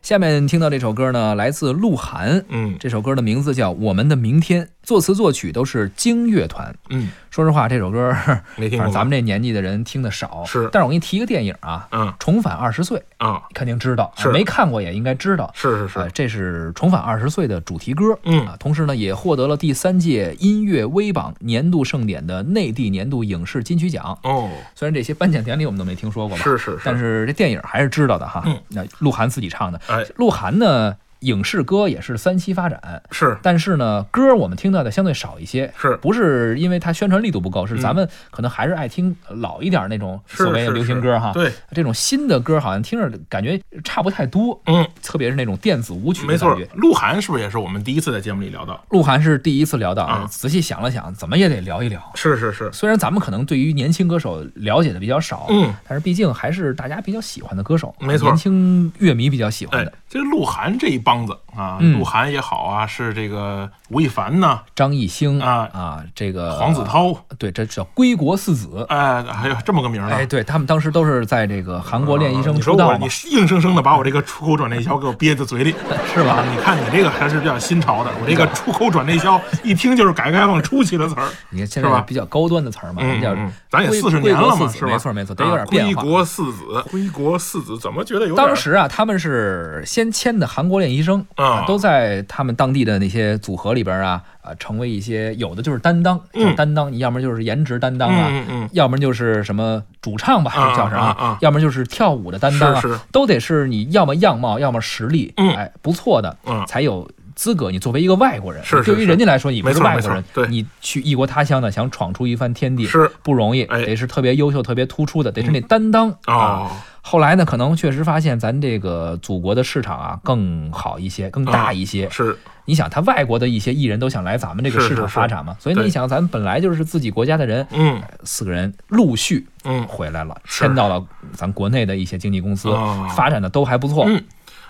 下面听到这首歌呢，来自鹿晗。嗯这首歌的名字叫《我们的明天》，作词作曲都是京乐团。嗯，说实话，这首歌 反没听正过。咱们这年纪的人听的少。是但是我给你提一个电影啊，嗯重返二十岁》，啊，肯定知道，是没看过也应该知道。是是呃，是，这是《重返二十岁》的主题歌。嗯啊，同时呢，也获得了第三届音乐微榜年度盛典的内地年度影视金曲奖。哦，虽然这些颁奖典礼我们都没听说过吧，是是但是，是这电影还是知道的哈嗯。那鹿晗自己唱的，哎鹿晗呢，影视歌也是三期发展，是但是呢，歌我们听到的相对少一些。是不是因为它宣传力度不够，是嗯咱们可能还是爱听老一点那种是所谓的是流行是歌哈。对，这种新的歌好像听着感觉差不太多，嗯，特别是那种电子舞曲没的错感觉。。鹿晗是不是也是我们第一次在节目里聊到？鹿晗是第一次聊到，啊仔细想了想，怎么也得聊一聊。是是是，虽然咱们可能对于年轻歌手了解的比较少，嗯，但是毕竟还是大家比较喜欢的歌手，没错年轻乐迷比较喜欢哎的。，这个鹿晗这一帮子啊，嗯鹿晗也好啊，是这个吴亦凡呐，张艺兴啊这个黄子，韬，对，这叫归国四子。哎，还有这么个名儿呢呃哎，。对他们当时都是在这个韩国练习生啊你出说道我，嘛你，硬生生的把我这个出口转内销给我憋在嘴里， 是吧？你看你这个还是比较新潮的，我这个出口转内销一听就是改革开放初期的词儿。你看现是在吧比较高端的词儿嘛，嗯，叫嗯咱也归四十年了归国嘛，四子是吧？没错没错得有点变化啊归国四子，归国四子，怎么觉得有点当时啊，他们是先签的韩国练习生啊都在他们当地的那些组合里边啊，啊，成为一些有的就是担当，嗯叫担当，你要么就是颜值担当啊，嗯嗯要么就是什么主唱吧，啊这叫什么？啊啊要么就是跳舞的担当啊，是是都得是你要么样貌，要么实力，嗯哎，不错的，嗯才有。资格，你作为一个外国人，是是对于是人家来说，你不没是错外没国错人，对你去异国他乡呢，想闯出一番天地是不容易，哎嗯得是特别优秀、特别突出的，得是那担当、啊。哦，后来呢，可能确实发现咱这个祖国的市场啊更好一些，更大一些。是你想，他外国的一些艺人都想来咱们这个嗯市是场是是发展嘛，所以你对想，咱本来就是自己国家的人，嗯四个人陆续嗯，回来了，是签到了咱国内的一些经纪公司哦，发展的都还不错。嗯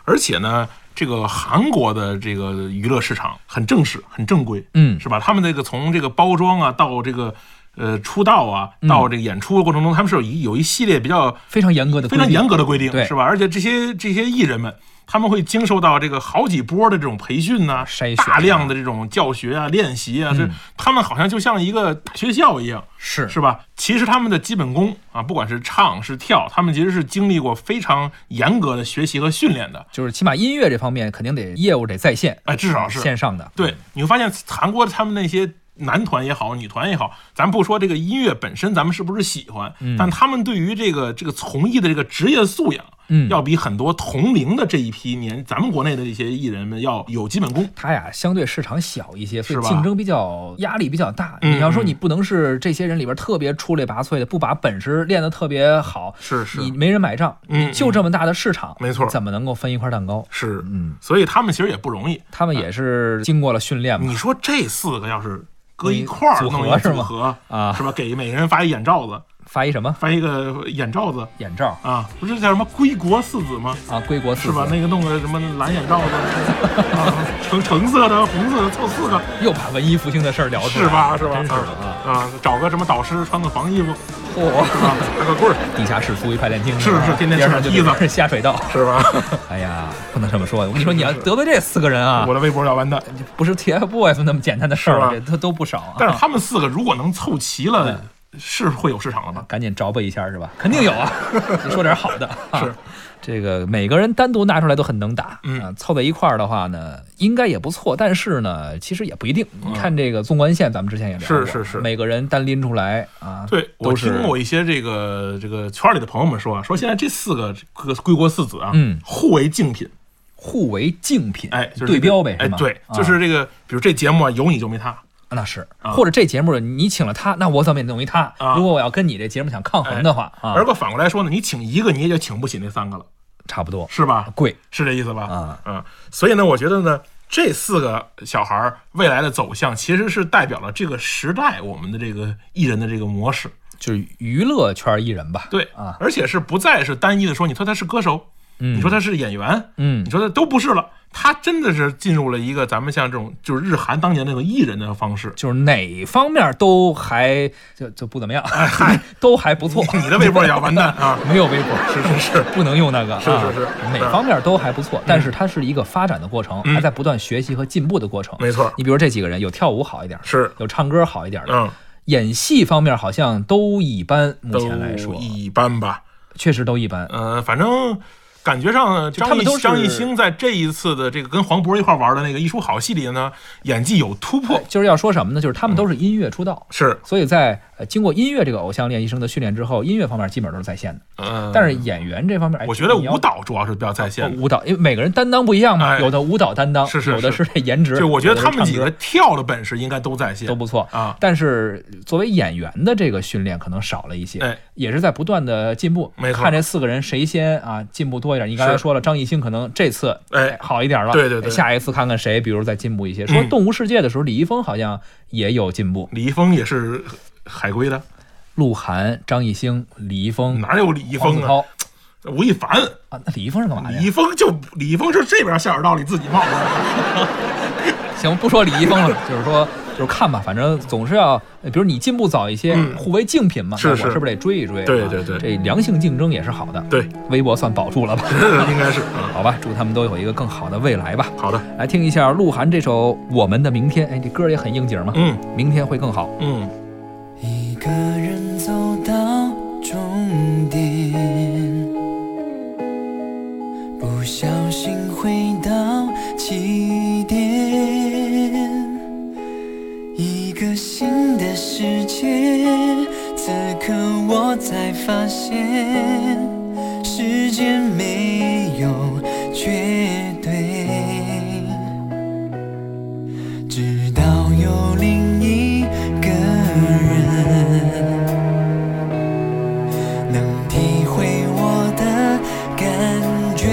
而且呢，这个韩国的这个娱乐市场很正式，很正规，嗯是吧？他们这个从这个包装啊，到这个呃出道啊，到这个演出的过程中，他们是有一有一系列比较非常严格的规非定，常严格的规定，对是吧？而且这些这些艺人们，他们会经受到这个好几波的这种培训呐、筛选啊嗯大量的这种教学啊、练习啊，这、他们好像就像一个大学校一样，是是吧？其实他们的基本功啊，不管是唱是跳，他们其实是经历过非常严格的学习和训练的。就是起码音乐这方面肯定得业务得在线，哎，至少是线上的。对，你会发现韩国他们那些男团也好，女团也好，咱不说这个音乐本身，咱们是不是喜欢，嗯但他们对于这个这个从艺的这个职业素养，嗯要比很多同龄的这一批年咱们国内的一些艺人们要有基本功。它呀相对市场小一些，所以是吧竞争比较压力比较大。嗯你要说你不能是这些人里边特别出类拔萃的，不把本事练得特别好，是是你没人买账。嗯就这么大的市场，没错啊怎么能够分一块蛋糕？是，嗯，所以他们其实也不容易。他们也是经过了训练嘛你。说这四个要是搁嗯一块儿组合弄一是吗组合啊是吧？给每人发一眼罩子，发一什么发一个眼罩子眼罩啊，不是叫什么归国四子吗？啊？归国四是吧？子那个弄个什么蓝眼罩子，啊， 橙橙色的、红色的，凑四个，又把文艺复兴的事儿聊出来是吧？是吧？哦真是的啊！啊，找个什么导师穿个黄衣服，嚯，是吧？打个棍儿，地下室租一块炼金，是是天天边上就吃点得是下水道。是吧？哎呀，不能这么说，我跟你说，你要得罪这四个人啊我，的微博要完蛋。不是 TFBOYS 那么简单的事儿了，这是吧都都不少啊。但是他们四个如果能凑齐了，是会有市场的吧？赶紧着吧一下是吧？肯定有啊， 你说点好的。啊是，这个每个人单独拿出来都很能打，嗯啊凑在一块儿的话呢，应该也不错。但是呢，其实也不一定。你看这个纵贯线，咱们之前也聊过，嗯是是是每个人单拎出来啊，对，我都是听过一些这个这个圈里的朋友们说啊，说现在这四个这个归国四子啊，嗯互为竞品，互为竞品，哎，就是这个对标呗，哎，是吗？对，啊就是这个，比如这节目啊，有你就没他，那是，啊或者这节目你请了他，那我怎么也弄一他？啊哎如果我要跟你这节目想抗衡的话啊而，过反过来说呢，你请一个你也就请不起那三个了，差不多是吧？贵是这意思吧？啊嗯，所以呢，我觉得呢，这四个小孩儿未来的走向，其实是代表了这个时代我们的这个艺人的这个模式。就是娱乐圈艺人吧，对啊，而且是不再是单一的说，你说他是歌手，嗯你说他是演员，嗯你说他都不是了，他真的是进入了一个咱们像这种就是日韩当年那种艺人的方式。就是哪方面都还就就不怎么样，都还不错。哎你的微博也要完 蛋啊！没有微博，是是是，不能用那个，是是嗯是啊哪方面都还不错，但是它是一个发展的过程，还在不断学习和进步的过程。嗯没错，你比如这几个人，有跳舞好一点，是，有唱歌好一点的，嗯，演戏方面好像都一般，目都前来说一般吧。确实都一般。呃，反正感觉上他张们艺都是张艺兴在这一次的这个跟黄渤一块玩的那个一出好戏里呢，演技有突破。就是要说什么呢？就是他嗯们都哎是音乐出道，是，所以在呃经过音乐这个偶像练习生的训练之后，音乐方面基本都是在线的。嗯，但是是演员这方面，哎我觉得你要哦舞蹈主要是比较在线的。舞蹈，因为每个人担当不一样嘛，哎有的舞蹈担当，是是有的是这颜值，就我觉有得的他是们唱几个歌跳的本事应该都在线都不错。啊。但是作为演员的这个训练可能少了一些，哎，也是在不断的进步。没错看这四个人谁先啊进步多一点。你刚才是说了，张艺兴可能这次哎好一点了，对对对嗯下一次看看谁，比如再进步一些。说《动物世界》的时候，李易峰好像也有进步，李易峰也是海归的，鹿晗、张艺兴、李易峰、哪有李易黄子峰啊？韬吴亦凡，啊，那李易峰是干嘛的李呀？易峰就李易峰是这边下水道里自己冒的。行，不说李易峰了，就是说，就是看吧，反正总是要，呃比如你进步早一些，嗯互为竞品嘛，是那我是是不是得追一追啊？对对对这良性竞争也是好的。对，微博算保住了吧？ 应该是啊。好吧，祝他们都有一个更好的未来吧。好的，来听一下鹿晗这首《我们的明天》，哎，这歌也很应景嘛。嗯明天会更好。嗯。一个人走到终点，不小心回到起点，一个新的世界。此刻我才发现，时间没有绝对。直到有另一个人能体会我的感觉，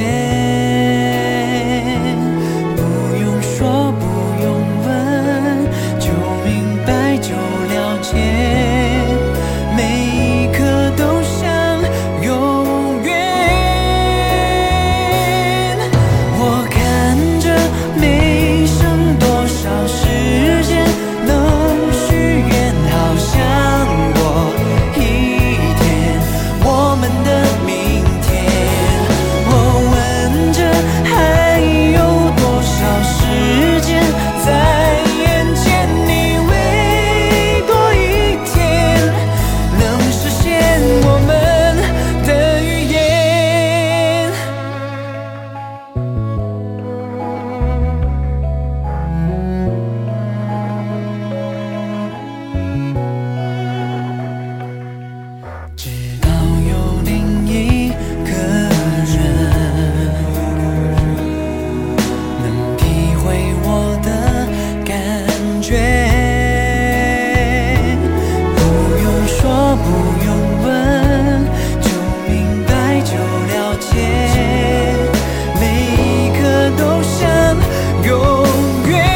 不用说，不用问，就明白，就了解，每一刻都像永远。我看着没剩多少时间能许愿，好想过一天我们的明天。我问着还有多少时间在眼前，你为多一天能实现我们的预言。直到有另一个人能体会我的感觉，不用说，不用问，就明白，就了解，每一刻都像永远。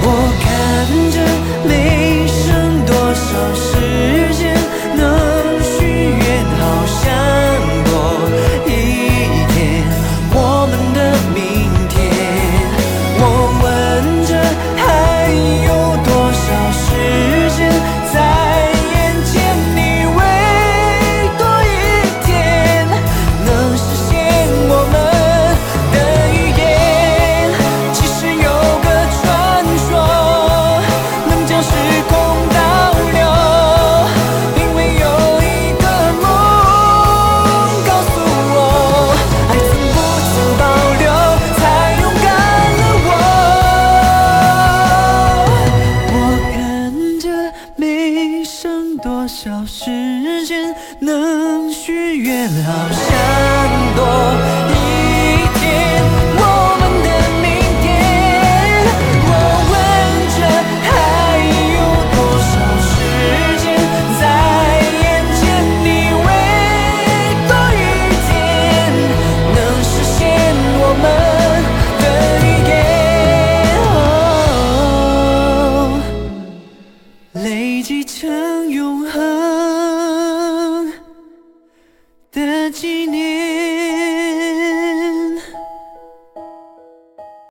我看着没剩多少时间能许愿，好想多一天我们的明天。我问着还有多少时间在眼前，你为多一天能实现我们的预言。其实有个传说，能将时空倒流，因为有一个梦告诉我，爱曾不曾保留，才勇敢了我。我看着没剩多少时间能许愿，好想多